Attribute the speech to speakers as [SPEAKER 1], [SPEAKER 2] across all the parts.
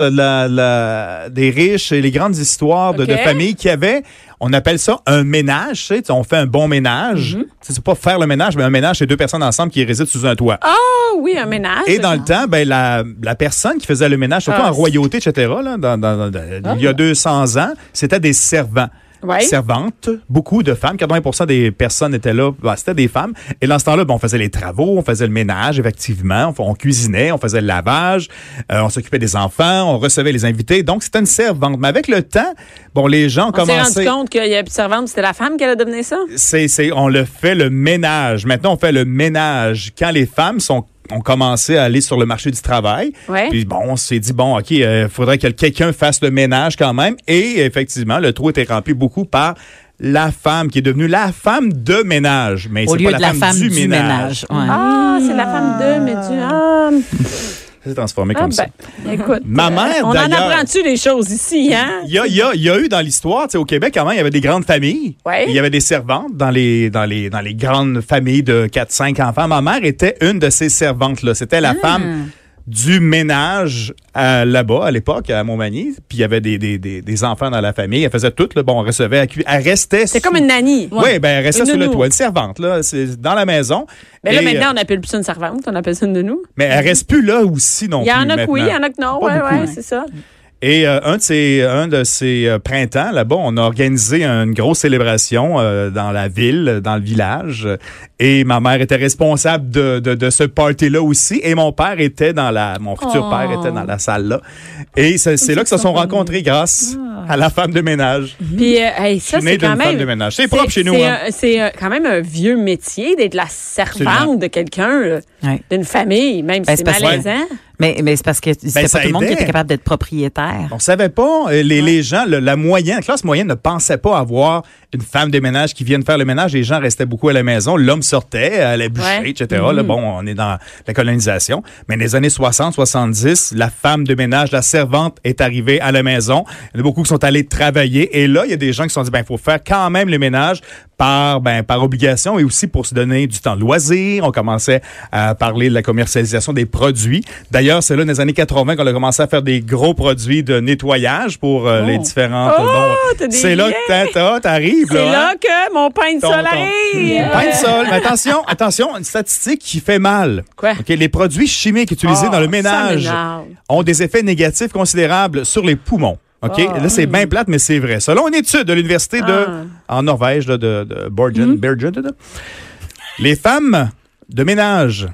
[SPEAKER 1] Euh, la- la- des riches et les grandes histoires de, de
[SPEAKER 2] Ok.
[SPEAKER 1] familles qu'il y avait. On appelle ça un ménage. tu sais, tu sais, on fait un bon ménage. Tu sais, C'est pas faire le ménage, mais un ménage, c'est deux personnes ensemble qui résident sous un toit.
[SPEAKER 2] Ah oui, un ménage.
[SPEAKER 1] Et dans le temps, ben, la, la personne qui faisait le ménage, surtout
[SPEAKER 2] hein. Ah,
[SPEAKER 1] en
[SPEAKER 2] c'est-
[SPEAKER 1] royauté, etc., là, dans- dans- dans- il y a 200 ans, c'était des servants.
[SPEAKER 2] Ouais.
[SPEAKER 1] Servantes, beaucoup de femmes, 80 des personnes étaient là, ben, c'était des femmes. Et dans ce temps-là, ben, on faisait les travaux, on faisait le ménage, effectivement, on, on cuisinait, on faisait le lavage, euh, on s'occupait des enfants, on recevait les invités. Donc, c'était une servante. Mais avec le temps, bon, les gens ont
[SPEAKER 2] On s'est rendu
[SPEAKER 1] commencé
[SPEAKER 2] compte qu'il y a plus de servante, c'était la femme qui allait devenir ça.
[SPEAKER 1] c'est, c'est- on le fait le ménage. Maintenant, on fait le ménage. Quand les femmes sont ont commencé à aller sur le marché du travail.
[SPEAKER 2] Ouais.
[SPEAKER 1] Puis bon, on s'est dit, bon, OK, il faudrait que quelqu'un fasse le ménage quand même. Et effectivement, le trou était rempli beaucoup par la femme, qui est devenue la femme de ménage. Mais
[SPEAKER 3] Au
[SPEAKER 1] c'est
[SPEAKER 3] lieu
[SPEAKER 1] pas
[SPEAKER 3] de la femme du ménage. ouais.
[SPEAKER 2] Ah, c'est la femme de, mais tu. Ah,
[SPEAKER 1] C'est transformé
[SPEAKER 2] ah
[SPEAKER 1] comme ça.
[SPEAKER 2] ben, écoute.
[SPEAKER 1] Ma
[SPEAKER 2] euh,
[SPEAKER 1] mère,
[SPEAKER 2] On en
[SPEAKER 1] d'ailleurs-
[SPEAKER 2] apprend-tu des choses ici, hein?
[SPEAKER 1] Il y a, il y a- il y a eu dans l'histoire, tu sais, au Québec, avant, il y avait des grandes familles.
[SPEAKER 2] Ouais.
[SPEAKER 1] Il y avait des servantes dans les, dans les, dans les grandes familles de 4-5 enfants. Ma mère était une de ces servantes-là. C'était
[SPEAKER 2] Hmm.
[SPEAKER 1] la femme du ménage à- là-bas, à l'époque, à Montmagny. Puis il y avait des, des, des, des enfants dans la famille. Elle faisait tout. Là. Bon, on recevait, elle, cu- elle restait.
[SPEAKER 2] C'est comme une nanny.
[SPEAKER 1] Oui, ben, elle restait
[SPEAKER 2] Une
[SPEAKER 1] sur le
[SPEAKER 2] nounou.
[SPEAKER 1] toit, une servante, là, c'est dans la maison.
[SPEAKER 2] Mais Ben là,
[SPEAKER 1] Et,
[SPEAKER 2] maintenant,
[SPEAKER 1] euh,
[SPEAKER 2] on n'appelle plus ça une servante, on appelle ça une de nous.
[SPEAKER 1] mais elle reste plus là aussi non
[SPEAKER 2] Il y
[SPEAKER 1] plus
[SPEAKER 2] en a que oui, il y
[SPEAKER 1] maintenant.
[SPEAKER 2] en a que non.
[SPEAKER 1] Pas
[SPEAKER 2] Oui,
[SPEAKER 1] beaucoup.
[SPEAKER 2] oui, c'est ça.
[SPEAKER 1] Et euh, un de ces, un de ces euh, printemps, là-bas, on a organisé une grosse célébration euh, dans la ville, dans le village. Et ma mère était responsable de, de, de ce party-là aussi. Et mon père était dans la... Mon futur
[SPEAKER 3] Oh.
[SPEAKER 1] père était dans la salle-là. Et c'est c'est là que se sont rencontrés grâce à la femme de ménage.
[SPEAKER 2] Puis, euh, hey, Ah. ça,
[SPEAKER 1] Mhm. Je suis né
[SPEAKER 2] c'est quand
[SPEAKER 1] d'une femme
[SPEAKER 2] même.
[SPEAKER 1] de ménage. C'est propre chez nous,
[SPEAKER 2] c'est
[SPEAKER 1] hein.
[SPEAKER 2] un- C'est euh, quand même un vieux métier d'être la
[SPEAKER 1] Absolument.
[SPEAKER 2] servante de quelqu'un, là,
[SPEAKER 3] Ouais.
[SPEAKER 2] d'une famille, même
[SPEAKER 3] Ben,
[SPEAKER 2] si c'est
[SPEAKER 3] c'est parce que-
[SPEAKER 2] malaisant.
[SPEAKER 3] Mais, mais c'est parce que c'était
[SPEAKER 1] Ben, ça
[SPEAKER 3] pas tout le monde qui
[SPEAKER 1] aidait.
[SPEAKER 3] était capable d'être propriétaire.
[SPEAKER 1] On savait pas. euh, Les, les gens, le- la moyenne, la classe moyenne ne pensait pas avoir une femme de ménage qui vienne faire le ménage. Les gens restaient beaucoup à la maison. L'homme sortait, allait bûcher,
[SPEAKER 2] Ouais.
[SPEAKER 1] etc. Là, bon, on est dans la colonisation. Mais dans les années 60, 70, la femme de ménage, la servante est arrivée à la maison. Il y en a beaucoup qui sont allés travailler. Et là, il y a des gens qui se sont dit, ben, il faut faire quand même le ménage par, ben, par obligation et aussi pour se donner du temps de loisir. On commençait à parler de la commercialisation des produits. D'ailleurs, c'est là, dans les années 80, qu'on a commencé à faire des gros produits de nettoyage pour euh, les différentes...
[SPEAKER 2] Oh, t'as des
[SPEAKER 1] c'est là que
[SPEAKER 2] liens.
[SPEAKER 1] t'as- t'as- t'arrives, hein?
[SPEAKER 2] C'est là que mon pain de hein?
[SPEAKER 1] Ton-
[SPEAKER 2] sol
[SPEAKER 1] ton-
[SPEAKER 2] arrive.
[SPEAKER 1] Pas de sol. Mais attention, attention, une statistique qui fait mal.
[SPEAKER 2] Quoi?
[SPEAKER 1] OK, les produits chimiques utilisés
[SPEAKER 2] Oh,
[SPEAKER 1] dans le
[SPEAKER 2] ça
[SPEAKER 1] ménage
[SPEAKER 2] m'énerve.
[SPEAKER 1] ont des effets négatifs considérables sur les poumons. OK?
[SPEAKER 2] Oh.
[SPEAKER 1] Là, c'est bien plate, mais c'est vrai. Selon une étude de l'Université de.
[SPEAKER 2] Ah.
[SPEAKER 1] en Norvège, là, de, de
[SPEAKER 2] Mm-hmm.
[SPEAKER 1] Bergen, Bergen, là, là, les femmes de ménage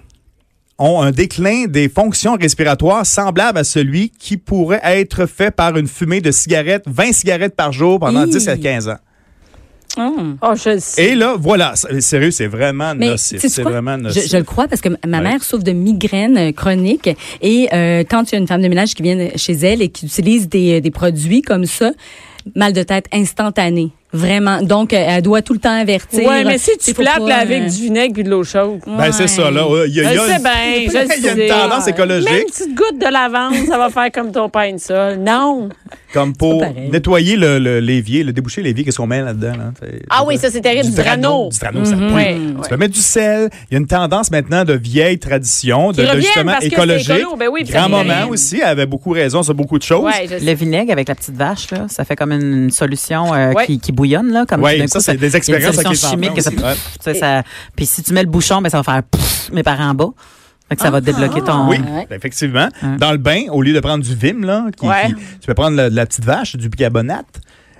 [SPEAKER 1] ont un déclin des fonctions respiratoires semblable à celui qui pourrait être fait par une fumée de cigarettes, 20 cigarettes par jour pendant 10 à 15 ans.
[SPEAKER 4] Hum.
[SPEAKER 2] Oh, je le sais.
[SPEAKER 1] Et là, voilà, c'est- sérieux, c'est vraiment nocif.
[SPEAKER 4] sais-tu
[SPEAKER 1] C'est
[SPEAKER 4] quoi?
[SPEAKER 1] vraiment
[SPEAKER 4] je,
[SPEAKER 1] nocif.
[SPEAKER 4] je le crois parce que ma
[SPEAKER 1] Ouais.
[SPEAKER 4] mère souffre de migraines euh, chroniques et euh, quand il y a une femme de ménage qui vient chez elle et qui utilise des, des produits comme ça, mal de tête instantané. Vraiment. Donc, euh, elle doit tout le temps avertir.
[SPEAKER 2] Ouais, mais si tu
[SPEAKER 4] faut
[SPEAKER 2] flattes
[SPEAKER 4] pas,
[SPEAKER 2] là, avec
[SPEAKER 4] euh,
[SPEAKER 2] du vinaigre puis de l'eau chaude.
[SPEAKER 1] Ben, c'est ça, là. Il y a, il y
[SPEAKER 2] Je
[SPEAKER 1] a-
[SPEAKER 2] le sais bien, je le
[SPEAKER 1] il y a une
[SPEAKER 2] sais.
[SPEAKER 1] tendance écologique
[SPEAKER 2] Même une petite goutte de lavande, ça va faire comme ton pain de sol. Non.
[SPEAKER 1] comme pour
[SPEAKER 4] pas pareil.
[SPEAKER 1] nettoyer le, le- l'évier, le déboucher l'évier, qu'est-ce qu'on met là-dedans? là? C'est-
[SPEAKER 2] Ah oui, ça, c'est terrible. Du drano. Mhm.
[SPEAKER 1] Du drano, ça pue.
[SPEAKER 2] Ouais,
[SPEAKER 1] Tu
[SPEAKER 2] ouais.
[SPEAKER 1] peux mettre du sel. Il y a une tendance maintenant de vieilles traditions, de,
[SPEAKER 2] Qui
[SPEAKER 1] de
[SPEAKER 2] reviennent
[SPEAKER 1] justement
[SPEAKER 2] parce que c'est
[SPEAKER 1] écologique.
[SPEAKER 2] écolo, ben oui, puis ça
[SPEAKER 1] Grand-maman
[SPEAKER 2] revient.
[SPEAKER 1] aussi, elle avait beaucoup raison sur beaucoup de choses.
[SPEAKER 2] Ouais, je
[SPEAKER 3] Le
[SPEAKER 2] sais.
[SPEAKER 3] vinaigre avec la petite vache, là, ça fait comme une une solution euh,
[SPEAKER 2] Ouais.
[SPEAKER 3] qui, qui bouillonne. Là, comme
[SPEAKER 1] Ouais,
[SPEAKER 3] tout d'un
[SPEAKER 1] ça,
[SPEAKER 3] coup,
[SPEAKER 1] c'est des
[SPEAKER 3] il y a une
[SPEAKER 1] expériences avec
[SPEAKER 3] solution
[SPEAKER 1] les enfants
[SPEAKER 3] chimique que ça-
[SPEAKER 1] aussi, ouais.
[SPEAKER 3] pff, tu sais, ça- Puis si tu mets le bouchon, ben, ça va faire pff, mais par en bas. Fait que ça va débloquer
[SPEAKER 2] Ah,
[SPEAKER 3] ton.
[SPEAKER 1] Oui, ben, effectivement. Dans le bain, au lieu de prendre du Vim, là, qui-
[SPEAKER 2] Hein. Ouais.
[SPEAKER 1] qui- tu peux prendre la, la petite vache, du bicarbonate,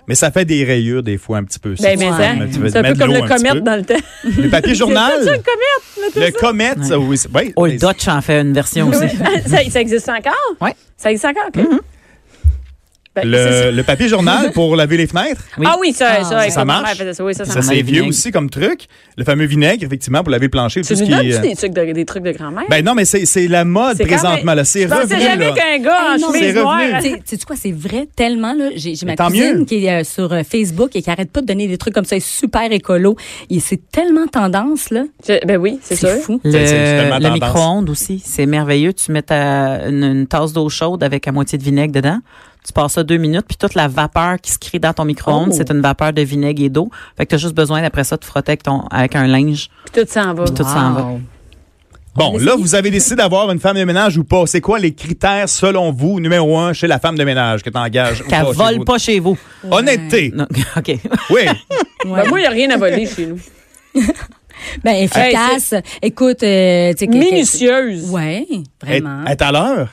[SPEAKER 1] mais ça fait des rayures des fois un petit peu.
[SPEAKER 2] Ben,
[SPEAKER 1] Si
[SPEAKER 2] mais
[SPEAKER 1] tu-
[SPEAKER 2] ça,
[SPEAKER 1] tu veux
[SPEAKER 2] c'est un peu
[SPEAKER 1] mettre
[SPEAKER 2] comme
[SPEAKER 1] l'eau
[SPEAKER 2] le
[SPEAKER 1] petit
[SPEAKER 2] comète
[SPEAKER 1] peu.
[SPEAKER 2] dans le temps.
[SPEAKER 1] Le papier journal,
[SPEAKER 2] C'est ça, le comète.
[SPEAKER 1] le comète, ça, oui. c'est- ouais,
[SPEAKER 3] Old
[SPEAKER 1] mais-
[SPEAKER 3] Dutch en fait une version aussi.
[SPEAKER 2] Ah, ça, ça existe encore?
[SPEAKER 3] Ouais.
[SPEAKER 2] Ça existe encore, OK. Ben, c'est ça.
[SPEAKER 1] le, le papier journal pour laver les fenêtres.
[SPEAKER 3] Oui.
[SPEAKER 2] Ah oui, ça, ça, écoute, ma
[SPEAKER 1] marche?
[SPEAKER 2] mère faisait Ça, oui, ça, ça
[SPEAKER 1] Ça,
[SPEAKER 2] marche.
[SPEAKER 1] c'est
[SPEAKER 3] le
[SPEAKER 1] vieux
[SPEAKER 3] vinaigre.
[SPEAKER 1] aussi comme truc. Le fameux vinaigre, effectivement, pour laver le plancher.
[SPEAKER 2] Tu
[SPEAKER 1] tout ce
[SPEAKER 2] nous
[SPEAKER 1] qui est- euh,
[SPEAKER 2] donnes-tu des trucs de, des trucs de grand-mère?
[SPEAKER 1] Ben non, mais c'est c'est la mode
[SPEAKER 2] C'est quand
[SPEAKER 1] présentement.
[SPEAKER 2] même-
[SPEAKER 1] là. C'est
[SPEAKER 2] Je pensais
[SPEAKER 1] revenu.
[SPEAKER 2] jamais
[SPEAKER 1] là.
[SPEAKER 2] qu'un gars en
[SPEAKER 4] Ah non,
[SPEAKER 2] chemise
[SPEAKER 1] c'est
[SPEAKER 2] noire...
[SPEAKER 1] revenu.
[SPEAKER 4] Tu sais- sais-tu quoi, c'est vrai tellement, là. J'ai j'ai ma
[SPEAKER 1] Mais tant
[SPEAKER 4] cousine
[SPEAKER 1] mieux.
[SPEAKER 4] qui est euh, sur euh, Facebook et qui arrête pas de donner des trucs comme ça. Elle est super écolo. Et c'est tellement tendance, là.
[SPEAKER 2] Je- Ben oui, c'est sûr.
[SPEAKER 4] C'est fou.
[SPEAKER 3] Mmh. Le,
[SPEAKER 1] C'est- c'est tellement
[SPEAKER 3] le
[SPEAKER 1] tendance.
[SPEAKER 3] micro-ondes aussi, c'est merveilleux. Tu mets ta- une, une tasse d'eau chaude avec à moitié de vinaigre dedans. Tu passes ça deux minutes, puis toute la vapeur qui se crée dans ton micro-ondes,
[SPEAKER 4] Oh.
[SPEAKER 3] c'est une vapeur de vinaigre et d'eau. Fait que t'as juste besoin d'après ça de frotter avec, ton, avec un linge,
[SPEAKER 2] Puis tout s'en va.
[SPEAKER 3] puis tout s'en va.
[SPEAKER 4] Wow.
[SPEAKER 1] Bon,
[SPEAKER 4] On
[SPEAKER 1] là,
[SPEAKER 4] essaye.
[SPEAKER 1] vous avez décidé d'avoir une femme de ménage ou pas. C'est quoi les critères, selon vous, numéro un, chez la femme de ménage que t'engages? ou
[SPEAKER 3] Qu'elle
[SPEAKER 1] pas chez
[SPEAKER 3] vole
[SPEAKER 1] vous?
[SPEAKER 3] pas chez vous.
[SPEAKER 1] Honnêteté.
[SPEAKER 3] Non, OK.
[SPEAKER 1] Oui.
[SPEAKER 4] Ouais.
[SPEAKER 2] Ben, moi, il n'y a rien à voler chez nous.
[SPEAKER 4] Ben, efficace. Écoute, euh, tu sais, que- que-
[SPEAKER 2] Minutieuse.
[SPEAKER 4] Ouais,
[SPEAKER 1] Être
[SPEAKER 4] vraiment.
[SPEAKER 1] être à l'heure.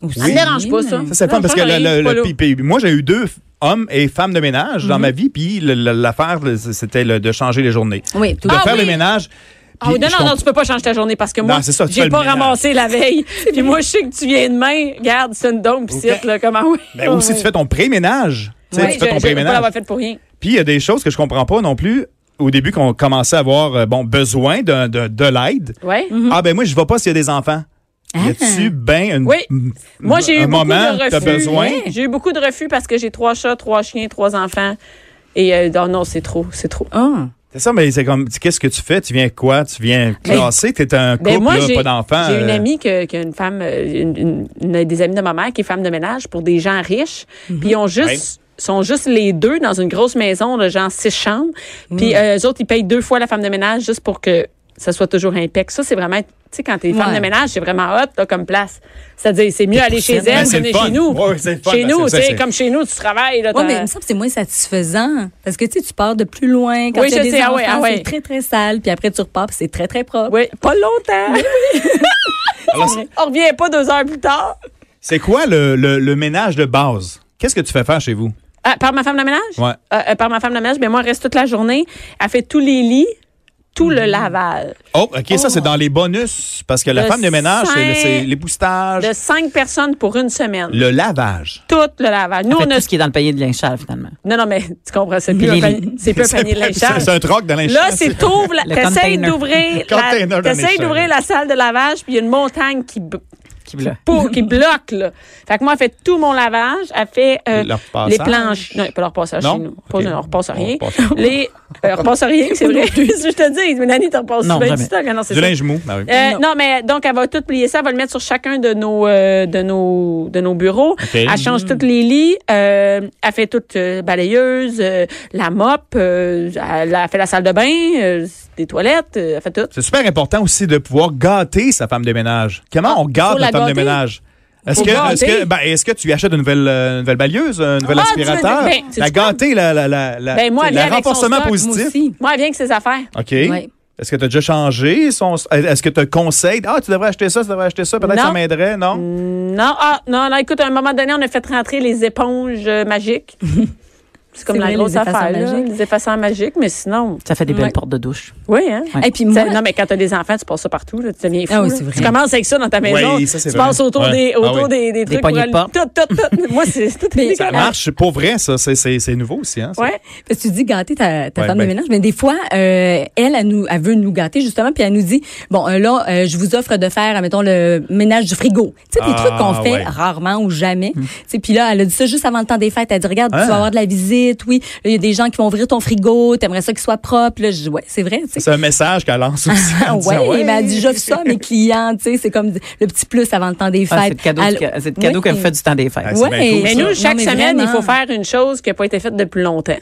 [SPEAKER 4] Aussi.
[SPEAKER 2] Ça me dérange pas, ça.
[SPEAKER 1] Ça, c'est le fun
[SPEAKER 2] Non,
[SPEAKER 1] parce que
[SPEAKER 2] ça
[SPEAKER 1] le-
[SPEAKER 2] arrive,
[SPEAKER 1] le-
[SPEAKER 2] pas
[SPEAKER 1] le-
[SPEAKER 2] là. Mhm.
[SPEAKER 1] puis- puis moi, j'ai eu deux f- hommes et femmes de ménage dans ma vie, puis le- le- l'affaire, le- c'était le- de changer les journées.
[SPEAKER 4] Oui, tout
[SPEAKER 1] De
[SPEAKER 4] à
[SPEAKER 2] Ah
[SPEAKER 1] faire
[SPEAKER 2] oui.
[SPEAKER 1] le ménage.
[SPEAKER 2] Ah,
[SPEAKER 1] puis
[SPEAKER 2] non,
[SPEAKER 1] je
[SPEAKER 2] non, non,
[SPEAKER 1] comprends-
[SPEAKER 2] tu peux pas changer ta journée parce que
[SPEAKER 1] Non,
[SPEAKER 2] moi,
[SPEAKER 1] c'est ça, tu fais
[SPEAKER 2] j'ai
[SPEAKER 1] le
[SPEAKER 2] pas
[SPEAKER 1] ménage.
[SPEAKER 2] ramassé la veille. Puis moi, je sais que tu viens demain. Regarde, c'est une dôme, puis
[SPEAKER 1] Ok.
[SPEAKER 2] c'est là, comment, oui.
[SPEAKER 1] Ben, aussi, tu fais ton pré-ménage. Tu sais,
[SPEAKER 2] Oui,
[SPEAKER 1] tu fais ton
[SPEAKER 2] je- je vais pas
[SPEAKER 1] pré-ménage.
[SPEAKER 2] l'avoir fait pour rien.
[SPEAKER 1] Puis il y a des choses que je comprends pas non plus. Au début, qu'on commençait à avoir euh, bon, besoin d'un- de, de l'aide.
[SPEAKER 2] Ouais.
[SPEAKER 1] Ah, ben moi, je ne vais pas s'il y a des enfants. Y a-tu ben une,
[SPEAKER 2] Ah. Oui. Moi, j'ai eu
[SPEAKER 1] un
[SPEAKER 2] beaucoup
[SPEAKER 1] moment
[SPEAKER 2] de
[SPEAKER 1] que
[SPEAKER 2] refus.
[SPEAKER 1] t'as besoin?
[SPEAKER 2] Oui. J'ai eu beaucoup de refus parce que j'ai trois chats, trois chiens, trois enfants. Et euh, non, non, c'est trop, c'est trop.
[SPEAKER 4] Ah.
[SPEAKER 1] C'est ça, mais c'est comme, tu- qu'est-ce que tu fais? Tu viens quoi? Tu viens classer? T'es un couple,
[SPEAKER 2] Ben, moi,
[SPEAKER 1] là,
[SPEAKER 2] j'ai
[SPEAKER 1] pas d'enfants.
[SPEAKER 2] j'ai une
[SPEAKER 1] euh,
[SPEAKER 2] amie que- qui a une femme, euh, une, une- une des amies de ma mère qui est femme de ménage pour des gens riches.
[SPEAKER 1] Mhm.
[SPEAKER 2] Puis ils ont juste. sont juste les deux dans une grosse maison de genre six chambres.
[SPEAKER 1] Mhm.
[SPEAKER 2] Puis euh, eux autres, ils payent deux fois la femme de ménage juste pour que ça soit toujours impec. Ça, c'est vraiment... Tu sais, quand t'es femme
[SPEAKER 4] Ouais.
[SPEAKER 2] de ménage, c'est vraiment hot là, comme place. C'est-à-dire, c'est mieux aller chez
[SPEAKER 1] Ben,
[SPEAKER 2] elle que
[SPEAKER 1] c'est le
[SPEAKER 2] venir
[SPEAKER 1] fun.
[SPEAKER 2] chez nous.
[SPEAKER 1] Ouais, ouais, c'est le fun,
[SPEAKER 2] chez
[SPEAKER 1] ben,
[SPEAKER 2] nous,
[SPEAKER 1] c'est- c'est-
[SPEAKER 2] tu sais,
[SPEAKER 1] c'est-
[SPEAKER 2] comme chez nous, tu travailles. Là,
[SPEAKER 4] Ouais,
[SPEAKER 2] t'as-
[SPEAKER 4] mais il me semble que c'est moins satisfaisant. Parce que, tu sais, tu pars de plus loin. Quand
[SPEAKER 2] Oui,
[SPEAKER 4] tu as
[SPEAKER 2] je
[SPEAKER 4] des
[SPEAKER 2] sais, ah ouais,
[SPEAKER 4] enfants,
[SPEAKER 2] ah ouais.
[SPEAKER 4] c'est très, très sale. Puis après, tu repars, puis c'est très, très propre.
[SPEAKER 2] Oui, pas longtemps.
[SPEAKER 1] alors, c'est-
[SPEAKER 2] On revient pas deux heures plus tard.
[SPEAKER 1] c'est quoi le, le- le ménage de base? Qu'est-ce que tu fais faire chez vous?
[SPEAKER 2] Ah, par ma femme de ménage?
[SPEAKER 1] Ouais.
[SPEAKER 2] Euh, euh, par ma femme de ménage, mais moi, elle reste toute la journée. Elle fait tous les lits, tout le lavage.
[SPEAKER 1] Oh, OK, ça, c'est dans les bonus. Parce que la
[SPEAKER 2] Le
[SPEAKER 1] femme de ménage, c'est le-
[SPEAKER 2] sein-
[SPEAKER 1] c'est l'époustage,
[SPEAKER 2] De cinq personnes pour une semaine.
[SPEAKER 1] le lavage.
[SPEAKER 2] Tout le lavage. Nous,
[SPEAKER 3] Fait
[SPEAKER 2] on a.
[SPEAKER 3] tout ce qui est dans le panier de linge sale, finalement.
[SPEAKER 2] Non, non, mais tu comprends, c'est plus
[SPEAKER 3] Les
[SPEAKER 2] un
[SPEAKER 3] lits.
[SPEAKER 2] panier- c'est plus un panier de linge sale.
[SPEAKER 1] C'est un troc de linge
[SPEAKER 2] Là,
[SPEAKER 1] sale.
[SPEAKER 2] c'est t'ouvres, la-
[SPEAKER 3] Le
[SPEAKER 2] t'essayes
[SPEAKER 3] container.
[SPEAKER 2] d'ouvrir,
[SPEAKER 1] Container
[SPEAKER 2] la,
[SPEAKER 1] de linge
[SPEAKER 2] t'essayes
[SPEAKER 1] sale.
[SPEAKER 2] d'ouvrir la salle de lavage, puis il y a une montagne qui, b-
[SPEAKER 3] Qui veut là.
[SPEAKER 2] pou- qui bloque, là. Fait que moi, elle fait tout mon lavage, elle fait euh,
[SPEAKER 1] Leur repassage.
[SPEAKER 2] les planches. Non, pas leur passage
[SPEAKER 1] Non?
[SPEAKER 2] chez nous. Pas,
[SPEAKER 1] Ok.
[SPEAKER 2] On ne repasse
[SPEAKER 1] On
[SPEAKER 2] rien.
[SPEAKER 1] repasse.
[SPEAKER 2] Les, euh, repasse rien, c'est vrai. je te dis, mais Nani, t'en repasses
[SPEAKER 3] Non,
[SPEAKER 2] bien
[SPEAKER 3] jamais.
[SPEAKER 2] du stock. Ah non, c'est
[SPEAKER 1] Du
[SPEAKER 2] ça.
[SPEAKER 1] linge mou. Ah oui.
[SPEAKER 2] Euh, non. mais donc, elle va tout plier ça. Elle va le mettre sur chacun de nos, euh, de nos, de nos bureaux. Elle
[SPEAKER 4] Mm.
[SPEAKER 2] change tous les lits. euh, elle fait toute euh, balayeuse, euh, la mop. euh, elle, elle fait la salle de bain, euh, des toilettes. euh, elle fait tout.
[SPEAKER 1] C'est super important aussi de pouvoir gâter sa femme de ménage. Comment
[SPEAKER 2] Ah,
[SPEAKER 1] on gâte
[SPEAKER 2] faut
[SPEAKER 1] la,
[SPEAKER 2] la
[SPEAKER 1] femme de
[SPEAKER 2] gâter.
[SPEAKER 1] ménage? Est-ce
[SPEAKER 2] Faut
[SPEAKER 1] que, est-ce,
[SPEAKER 2] gâter.
[SPEAKER 1] que, ben, est-ce que tu achètes une nouvelle, euh, une nouvelle balieuse, un nouvel
[SPEAKER 2] Ah, tu veux dire-
[SPEAKER 1] aspirateur?
[SPEAKER 2] ben, sais-tu
[SPEAKER 1] la
[SPEAKER 2] quoi?
[SPEAKER 1] gâter, la, la, la, la-
[SPEAKER 2] Ben, moi,
[SPEAKER 1] tu sais,
[SPEAKER 2] elle
[SPEAKER 1] le
[SPEAKER 2] vient avec son
[SPEAKER 1] renforcement
[SPEAKER 2] stock, moi
[SPEAKER 1] positif.
[SPEAKER 4] Moi aussi.
[SPEAKER 2] Moi, elle vient avec ses affaires.
[SPEAKER 1] OK.
[SPEAKER 4] Ouais.
[SPEAKER 1] Est-ce que tu as déjà changé son. Est-ce que tu conseilles? Ah, tu devrais acheter ça, tu devrais acheter ça, peut-être que
[SPEAKER 2] Non.
[SPEAKER 1] ça m'aiderait, non?
[SPEAKER 2] Non, ah, non, non, écoute, à un moment donné, on a fait rentrer les éponges euh, magiques. C'est comme
[SPEAKER 4] C'est
[SPEAKER 2] la
[SPEAKER 4] vrai,
[SPEAKER 2] grosse
[SPEAKER 4] les effaçants
[SPEAKER 2] affaire, là,
[SPEAKER 4] magiques.
[SPEAKER 2] les effaçants magiques, mais sinon,
[SPEAKER 3] Ça fait des belles
[SPEAKER 4] Ouais.
[SPEAKER 3] portes de douche.
[SPEAKER 2] oui, hein?
[SPEAKER 3] Ouais.
[SPEAKER 4] Et puis
[SPEAKER 2] Ça-
[SPEAKER 4] moi,
[SPEAKER 2] non, mais quand t'as des enfants, tu passes ça partout. Là, tu deviens fou.
[SPEAKER 4] Ah oui,
[SPEAKER 2] là.
[SPEAKER 4] c'est vrai.
[SPEAKER 2] Tu commences avec ça dans ta maison.
[SPEAKER 1] Oui, ça, c'est
[SPEAKER 2] tu
[SPEAKER 1] vrai.
[SPEAKER 2] passes autour,
[SPEAKER 1] Ouais.
[SPEAKER 2] des,
[SPEAKER 1] Ah
[SPEAKER 2] autour
[SPEAKER 1] oui.
[SPEAKER 2] des, des trucs. pour
[SPEAKER 3] poignées de
[SPEAKER 2] aller-
[SPEAKER 3] porte.
[SPEAKER 2] Tout, tout, tout. Moi, c'est tout.
[SPEAKER 4] Mais-
[SPEAKER 1] Ça marche, c'est pour vrai, ça. C'est, c'est, c'est nouveau aussi, hein? ça?
[SPEAKER 2] Ouais.
[SPEAKER 4] parce que tu dis gâter ta, ta
[SPEAKER 1] Ouais,
[SPEAKER 4] femme
[SPEAKER 1] ben.
[SPEAKER 4] de ménage, mais des fois, euh, elle, elle, nous, elle veut nous gâter, justement, puis elle nous dit, bon, euh, là, euh, je vous offre de faire, mettons, le ménage du frigo. Tu sais, des
[SPEAKER 1] Ah,
[SPEAKER 4] trucs qu'on fait
[SPEAKER 1] ouais.
[SPEAKER 4] rarement ou jamais. Tu sais, puis là, elle a dit ça juste avant le temps des fêtes. Elle dit, regarde,
[SPEAKER 1] Ah.
[SPEAKER 4] tu vas avoir de la visite, oui, Là, il y a des gens qui vont ouvrir ton frigo, t'aimerais ça qu'il soit propre. Là, je dis, ouais, c'est vrai, tu sais.
[SPEAKER 1] C'est un message qu'elle lance aussi. en
[SPEAKER 4] Ah ouais,
[SPEAKER 1] disant,
[SPEAKER 4] mais elle dit j'offre ça à mes clients, tu sais, c'est comme le petit plus avant le temps des fêtes.
[SPEAKER 3] Ah, c'est le cadeau, du-
[SPEAKER 4] Elle-
[SPEAKER 3] c'est le cadeau
[SPEAKER 4] Oui.
[SPEAKER 3] qu'elle me fait du temps des fêtes.
[SPEAKER 1] Ah, c'est
[SPEAKER 4] Ouais.
[SPEAKER 1] bien cool,
[SPEAKER 2] Mais
[SPEAKER 1] ça.
[SPEAKER 2] nous, chaque
[SPEAKER 4] Non, mais
[SPEAKER 2] semaine, il faut
[SPEAKER 4] vraiment.
[SPEAKER 2] faire une chose qui n'a pas été faite depuis longtemps.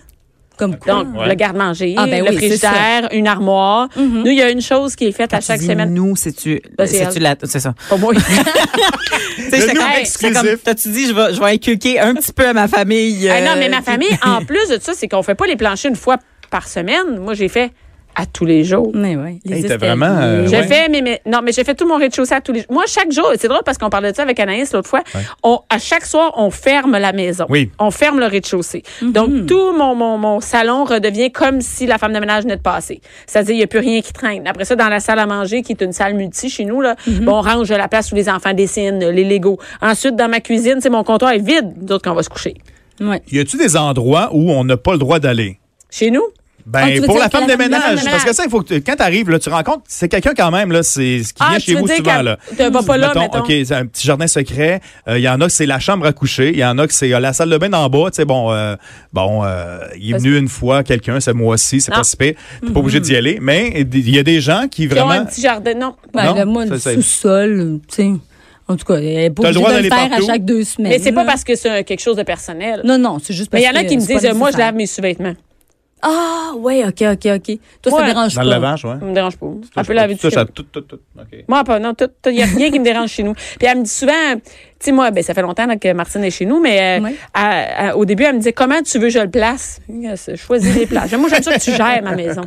[SPEAKER 4] comme quoi.
[SPEAKER 2] Donc, le garde-manger,
[SPEAKER 4] Ah, ben
[SPEAKER 2] le
[SPEAKER 4] oui, c'est ça. Mm-hmm.
[SPEAKER 2] frigidaire, une armoire. Nous, il y a une chose qui est faite à chaque
[SPEAKER 3] Dis
[SPEAKER 2] semaine.
[SPEAKER 3] Nous, c'est-tu.
[SPEAKER 2] Ben, c'est
[SPEAKER 3] C'est-tu
[SPEAKER 2] elle.
[SPEAKER 3] la. C'est ça.
[SPEAKER 2] Pas moi.
[SPEAKER 3] Tu sais,
[SPEAKER 1] Le
[SPEAKER 3] j'étais
[SPEAKER 1] nous
[SPEAKER 3] comme, hey,
[SPEAKER 1] exclusif.
[SPEAKER 3] j'étais comme, T'as-tu dit, je vais, je vais inculquer un petit peu à ma famille.
[SPEAKER 2] Ah non, mais
[SPEAKER 3] euh,
[SPEAKER 2] ma famille, en plus de ça, c'est qu'on fait pas les planchers une fois par semaine. Moi, j'ai fait à tous les jours.
[SPEAKER 4] Mais ouais, les
[SPEAKER 1] Hey, t'as
[SPEAKER 4] escaliers.
[SPEAKER 1] vraiment, euh,
[SPEAKER 2] J'ai
[SPEAKER 1] Ouais.
[SPEAKER 2] fait, mais, mais- non, mais j'ai fait tout mon rez-de-chaussée à tous les jours. Moi, chaque jour, c'est drôle parce qu'on parlait de ça avec Anaïs l'autre fois. On, à chaque soir, on ferme la maison.
[SPEAKER 1] Oui.
[SPEAKER 2] On ferme le rez-de-chaussée.
[SPEAKER 4] Mhm.
[SPEAKER 2] Donc, tout mon, mon, mon salon redevient comme si la femme de ménage venait de passer. C'est-à-dire, il n'y a plus rien qui traîne. Après ça, dans la salle à manger, qui est une salle multi chez nous, là,
[SPEAKER 4] Mhm.
[SPEAKER 2] bon, on range la place où les enfants dessinent, les Legos. Ensuite, dans ma cuisine, c'est mon comptoir est vide. D'autres, qu'on va se coucher.
[SPEAKER 4] Ouais.
[SPEAKER 1] Y a-tu des endroits où on n'a pas le droit d'aller?
[SPEAKER 2] Chez nous,
[SPEAKER 4] Ah, tu
[SPEAKER 1] Ben,
[SPEAKER 4] veux
[SPEAKER 1] pour
[SPEAKER 4] dire
[SPEAKER 1] la
[SPEAKER 4] que
[SPEAKER 1] femme
[SPEAKER 4] la-
[SPEAKER 1] de
[SPEAKER 4] la femme de
[SPEAKER 1] ménage. Parce que
[SPEAKER 2] ménage.
[SPEAKER 1] ça, il faut que tu- quand t'arrives, là, tu rencontres, c'est quelqu'un quand même, là, c'est, qui
[SPEAKER 2] Ah,
[SPEAKER 1] vient
[SPEAKER 2] tu
[SPEAKER 1] chez
[SPEAKER 2] veux
[SPEAKER 1] vous
[SPEAKER 2] dire
[SPEAKER 1] souvent,
[SPEAKER 2] qu'elle-
[SPEAKER 1] là.
[SPEAKER 2] t'as- va pas là, mettons.
[SPEAKER 1] OK, c'est un petit jardin secret. Euh, Il y en a que c'est la chambre à coucher. Il y en a que c'est euh, la salle de bain d'en bas. Tu sais, bon, euh, bon, euh, il est venu une fois, quelqu'un, c'est moi aussi, c'est
[SPEAKER 2] Non.
[SPEAKER 1] pas si pire. T'es pas obligé d'y aller. Mais il y a des gens qui
[SPEAKER 2] Ah. Mhm. qui ont un
[SPEAKER 1] vraiment.
[SPEAKER 2] petit jardin. Non.
[SPEAKER 4] Ben,
[SPEAKER 1] Non,
[SPEAKER 4] là, moi,
[SPEAKER 1] ça,
[SPEAKER 4] le
[SPEAKER 1] c'est-
[SPEAKER 4] sous-sol, tu sais. En tout cas, elle est
[SPEAKER 1] T'as
[SPEAKER 4] pas
[SPEAKER 1] le
[SPEAKER 4] obligée
[SPEAKER 1] droit
[SPEAKER 4] de le
[SPEAKER 1] d'aller
[SPEAKER 4] faire à
[SPEAKER 1] partout.
[SPEAKER 4] chaque deux semaines.
[SPEAKER 2] Mais c'est pas
[SPEAKER 4] là.
[SPEAKER 2] parce que c'est euh, quelque chose de personnel.
[SPEAKER 4] Non, non, c'est juste parce
[SPEAKER 2] Mais il y
[SPEAKER 4] que.
[SPEAKER 2] en a qui me
[SPEAKER 4] c'est pas
[SPEAKER 2] disent, euh, moi, je
[SPEAKER 4] nécessaire.
[SPEAKER 2] lave mes sous-vêtements.
[SPEAKER 4] Ah, ouais, OK, OK, OK. Toi, ça
[SPEAKER 2] Ouais.
[SPEAKER 4] te dérange
[SPEAKER 1] Dans
[SPEAKER 4] pas.
[SPEAKER 1] le lavage, ouais.
[SPEAKER 2] Ça me dérange pas. Elle peut
[SPEAKER 1] Touche-
[SPEAKER 2] laver tout
[SPEAKER 1] touche
[SPEAKER 2] seul.
[SPEAKER 1] à tout, tout, tout. OK.
[SPEAKER 2] Moi, pas, non, tout, il n'y a rien qui me dérange chez nous. Puis elle me dit souvent, tu sais, moi, ben, ça fait longtemps là, que Martine est chez nous, mais euh,
[SPEAKER 4] Oui.
[SPEAKER 2] elle- elle- au début, elle me disait, comment tu veux que je le place? Je choisis les places. Moi, j'aime ça que tu gères ma maison.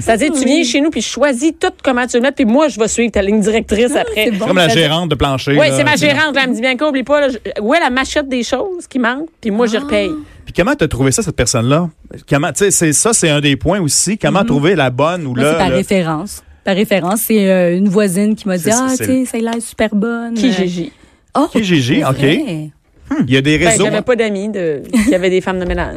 [SPEAKER 2] C'est-à-dire, tu viens chez nous, puis je choisis tout comment tu le mettre, puis moi, je vais suivre ta ligne directrice après.
[SPEAKER 4] Ah, c'est bon.
[SPEAKER 1] Comme la
[SPEAKER 2] Ça-
[SPEAKER 1] gérante de plancher.
[SPEAKER 2] Oui,
[SPEAKER 1] là.
[SPEAKER 2] c'est ma gérante, là, elle me dit, bien quoi, oublie pas, là, je- où est la machette des choses qui manquent, puis moi,
[SPEAKER 4] Ah,
[SPEAKER 2] je repaye.
[SPEAKER 1] Puis comment t'as trouvé ça, cette personne-là? Comment, tu sais, c'est- ça, c'est un des points aussi. Comment
[SPEAKER 2] Mhm.
[SPEAKER 1] trouver la bonne ou
[SPEAKER 4] Moi, c'est
[SPEAKER 1] là.
[SPEAKER 4] par
[SPEAKER 1] le-
[SPEAKER 4] référence. Par référence, c'est euh, une voisine qui m'a dit
[SPEAKER 1] C'est-
[SPEAKER 4] Ah,
[SPEAKER 1] c'est-
[SPEAKER 4] tu sais, celle-là est super bonne.
[SPEAKER 2] Qui
[SPEAKER 4] Euh,
[SPEAKER 2] Gigi?
[SPEAKER 4] Oh,
[SPEAKER 1] Qui, Gigi?
[SPEAKER 4] c'est
[SPEAKER 1] OK.
[SPEAKER 4] vrai.
[SPEAKER 1] Il y a des
[SPEAKER 2] Ah, Ben,
[SPEAKER 1] réseaux.
[SPEAKER 2] j'avais pas d'amis de... qui avaient des femmes de ménage.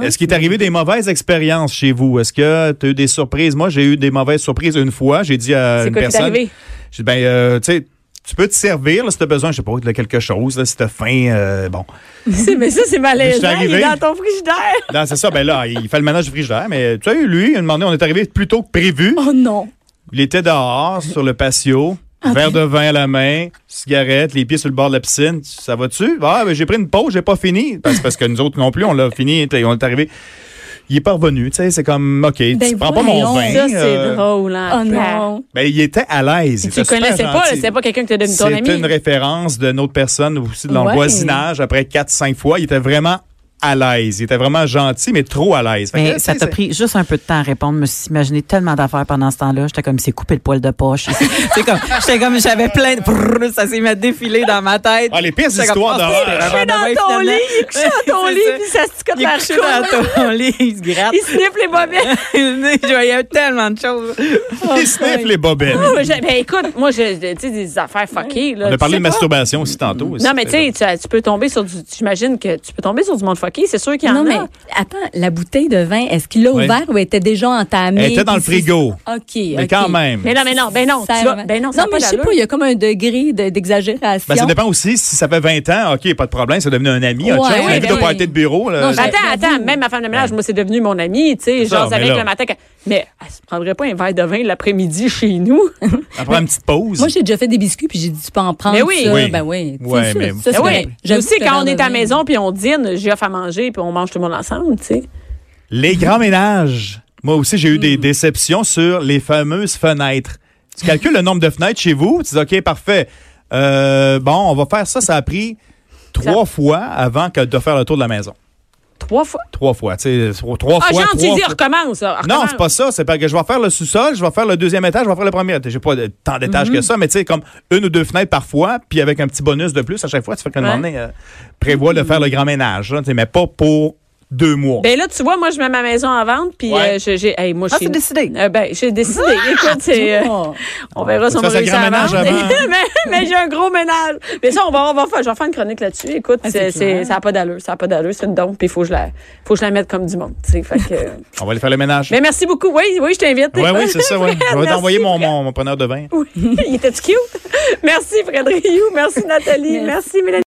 [SPEAKER 1] Est-ce qu'il est arrivé des mauvaises expériences chez vous? Est-ce que tu as eu des surprises? Moi, j'ai eu des mauvaises surprises une fois. J'ai dit à
[SPEAKER 2] C'est
[SPEAKER 1] Euh, une
[SPEAKER 2] quoi qui est
[SPEAKER 1] personne.
[SPEAKER 2] arrivé?
[SPEAKER 1] J'ai dit, ben, euh, tu sais, tu peux te servir là, si tu as besoin, je sais pas, de quelque chose, là, si tu faim. euh, bon.
[SPEAKER 2] C'est- Mais ça, c'est malaisant. Il
[SPEAKER 1] arrivé.
[SPEAKER 2] est dans ton frigidaire.
[SPEAKER 1] Non, c'est ça. Ben là, il fait le ménage du frigidaire. Mais tu as eu lui, une moment donné, on est arrivé plus tôt que prévu.
[SPEAKER 4] Oh non.
[SPEAKER 1] Il était dehors, sur le patio, verre de vin à la main, cigarette, les pieds sur le bord de la piscine. Ça va-tu? Ah, ben, j'ai pris une pause, j'ai pas fini. Parce, parce que nous autres non plus, on l'a fini, t'es- on est arrivé. Il est pas revenu, tu sais, c'est comme, OK, tu
[SPEAKER 4] Ben,
[SPEAKER 1] prends pas mon
[SPEAKER 4] voyons.
[SPEAKER 1] vin.
[SPEAKER 2] Ça, c'est
[SPEAKER 1] euh,
[SPEAKER 2] drôle. hein.
[SPEAKER 4] Oh non.
[SPEAKER 1] Ben, il était à l'aise. il était
[SPEAKER 2] Tu le
[SPEAKER 1] super
[SPEAKER 2] connaissais pas, là,
[SPEAKER 1] gentil.
[SPEAKER 2] c'était pas quelqu'un qui t'a devenu ton ami.
[SPEAKER 1] C'était une référence d'une autre personne aussi de leur
[SPEAKER 4] Ouais.
[SPEAKER 1] voisinage après 4-5 fois. Il était vraiment à l'aise. Il était vraiment gentil, mais trop à l'aise. Fait que,
[SPEAKER 3] Mais
[SPEAKER 1] tu
[SPEAKER 3] ça
[SPEAKER 1] sais,
[SPEAKER 3] t'a
[SPEAKER 1] c'est-
[SPEAKER 3] pris juste un peu de temps à répondre. Je me suis imaginé tellement d'affaires pendant ce temps-là. J'étais comme, c'est coupé le poil de poche. C'est comme, j'étais comme, j'avais plein de. brrr, ça s'est mis à défiler dans ma tête.
[SPEAKER 1] Ah, les pires
[SPEAKER 3] J'étais comme,
[SPEAKER 1] histoires
[SPEAKER 3] ah,
[SPEAKER 1] d'horreur.
[SPEAKER 3] c'est
[SPEAKER 1] Je suis
[SPEAKER 3] vraiment
[SPEAKER 2] dans
[SPEAKER 3] dommage,
[SPEAKER 2] ton
[SPEAKER 3] finalement.
[SPEAKER 2] lit, il est couché dans ton
[SPEAKER 3] C'est
[SPEAKER 2] lit,
[SPEAKER 3] ça.
[SPEAKER 2] puis ça se cote
[SPEAKER 3] Il est
[SPEAKER 2] par
[SPEAKER 3] couché
[SPEAKER 2] cheveux.
[SPEAKER 3] dans ton lit, il se gratte.
[SPEAKER 2] Il sniffe les bobettes.
[SPEAKER 3] Il y a tellement de choses.
[SPEAKER 1] Il sniffe les bobettes.
[SPEAKER 2] Ah, mais j'ai- ben, écoute, moi, je- je- tu sais, des affaires fuckées. Là,
[SPEAKER 1] On a
[SPEAKER 2] tu
[SPEAKER 1] parlé
[SPEAKER 2] sais
[SPEAKER 1] de
[SPEAKER 2] pas.
[SPEAKER 1] masturbation aussi tantôt.
[SPEAKER 2] Non, mais tu sais, tu- tu peux tomber sur du. J'imagine que tu peux tomber sur du monde fucké. C'est sûr qu'il y en
[SPEAKER 4] Non,
[SPEAKER 2] a.
[SPEAKER 4] mais attends, la bouteille de vin, est-ce qu'il l'a
[SPEAKER 1] Ouais.
[SPEAKER 4] ouvert ou elle était déjà entamée?
[SPEAKER 1] Elle était dans le
[SPEAKER 4] Puis c'est-
[SPEAKER 1] frigo.
[SPEAKER 4] OK.
[SPEAKER 1] Mais
[SPEAKER 4] OK.
[SPEAKER 1] quand même.
[SPEAKER 2] Mais non, mais non, ben non. Tu vas-
[SPEAKER 4] Sincèrement.
[SPEAKER 2] ben non, ça
[SPEAKER 4] non
[SPEAKER 2] a
[SPEAKER 4] mais je sais
[SPEAKER 2] d'allure.
[SPEAKER 4] pas, il y a comme un degré de- d'exagération.
[SPEAKER 1] Ben, ça dépend aussi. Si ça fait 20 ans, OK, pas de problème, c'est devenu un ami. un
[SPEAKER 4] Ouais,
[SPEAKER 1] chum,
[SPEAKER 4] oui,
[SPEAKER 1] un invité
[SPEAKER 2] ben
[SPEAKER 1] au party
[SPEAKER 4] oui.
[SPEAKER 1] de bureau. là.
[SPEAKER 4] Non,
[SPEAKER 2] Ben, attends,
[SPEAKER 4] J'avoue.
[SPEAKER 2] attends, même ma femme de ménage, moi, c'est devenu mon amie, tu sais,
[SPEAKER 1] C'est ça,
[SPEAKER 2] genre
[SPEAKER 1] mais
[SPEAKER 2] avec
[SPEAKER 1] là-
[SPEAKER 2] le matin. quand- Mais elle se prendrait pas un verre de vin l'après-midi chez nous.
[SPEAKER 1] Après une petite pause.
[SPEAKER 4] Moi, j'ai déjà fait des biscuits, puis j'ai dit, tu peux en prendre
[SPEAKER 2] Mais oui.
[SPEAKER 4] ça.
[SPEAKER 1] Oui.
[SPEAKER 4] Ben oui. c'est
[SPEAKER 1] Ouais,
[SPEAKER 4] sûr,
[SPEAKER 1] mais-
[SPEAKER 4] ça, c'est
[SPEAKER 2] Ben
[SPEAKER 4] vrai.
[SPEAKER 2] oui. Je
[SPEAKER 4] J'avoue
[SPEAKER 2] sais,
[SPEAKER 4] que
[SPEAKER 2] quand
[SPEAKER 4] le
[SPEAKER 2] on est à
[SPEAKER 4] vin-
[SPEAKER 2] la maison puis on dîne, j'offre à manger puis on mange tout le monde ensemble, tu sais.
[SPEAKER 1] Les grands ménages. Moi aussi, j'ai eu des déceptions sur les fameuses fenêtres. Tu calcules le nombre de fenêtres chez vous, tu dis OK, parfait. Euh, bon, on va faire ça. Ça a pris trois fois avant que de faire le tour de la maison.
[SPEAKER 2] Trois fois.
[SPEAKER 1] Trois fois, tu sais, trois, trois
[SPEAKER 2] Ah,
[SPEAKER 1] fois.
[SPEAKER 2] j'ai
[SPEAKER 1] trois
[SPEAKER 2] entendu dire
[SPEAKER 1] fois.
[SPEAKER 2] recommence. là,
[SPEAKER 1] Non,
[SPEAKER 2] recommence.
[SPEAKER 1] c'est pas ça. C'est parce que je vais faire le sous-sol, je vais faire le deuxième étage, je vais faire le premier étage. J'ai pas de- tant d'étages
[SPEAKER 2] Mm-hmm.
[SPEAKER 1] que ça, mais tu sais, comme une ou deux fenêtres parfois, puis avec un petit bonus de plus à chaque fois, tu fais qu'à un
[SPEAKER 2] Ouais.
[SPEAKER 1] moment donné, euh, prévois de faire le grand ménage, là, tu sais, mais pas pour deux mois.
[SPEAKER 2] Ben là, tu vois, moi, je mets ma maison en vente puis
[SPEAKER 1] Ouais.
[SPEAKER 2] euh, je- j'ai. hey, moi,
[SPEAKER 3] Ah,
[SPEAKER 2] chez-
[SPEAKER 3] c'est décidé.
[SPEAKER 2] Euh, ben, j'ai décidé. Écoute, c'est. euh,
[SPEAKER 4] Oh.
[SPEAKER 2] on verra si
[SPEAKER 1] Faut
[SPEAKER 2] on va
[SPEAKER 1] faire
[SPEAKER 2] réussir
[SPEAKER 1] sa
[SPEAKER 2] à
[SPEAKER 1] grand
[SPEAKER 2] vendre.
[SPEAKER 1] ménage avant.
[SPEAKER 2] mais mais j'ai un gros ménage. Mais ça, on va, on va faire. Je vais faire une chronique là-dessus. Écoute,
[SPEAKER 4] Ah,
[SPEAKER 2] c'est-
[SPEAKER 4] c'est clair.
[SPEAKER 2] c'est- ça n'a pas d'allure. Ça n'a pas d'allure. C'est une dompe puis il faut, que je la- faut que je la mette comme du monde, tu sais. Fait que-
[SPEAKER 1] On va aller faire le ménage.
[SPEAKER 2] mais merci beaucoup. Oui, oui, je t'invite.
[SPEAKER 1] Oui, oui, c'est ça. Ouais. Je vais
[SPEAKER 2] Merci,
[SPEAKER 1] t'envoyer mon, mon, mon preneur de vin.
[SPEAKER 2] Oui. Il était cute. Merci Frédéric Rioux. Merci Nathalie. Merci Mélanie.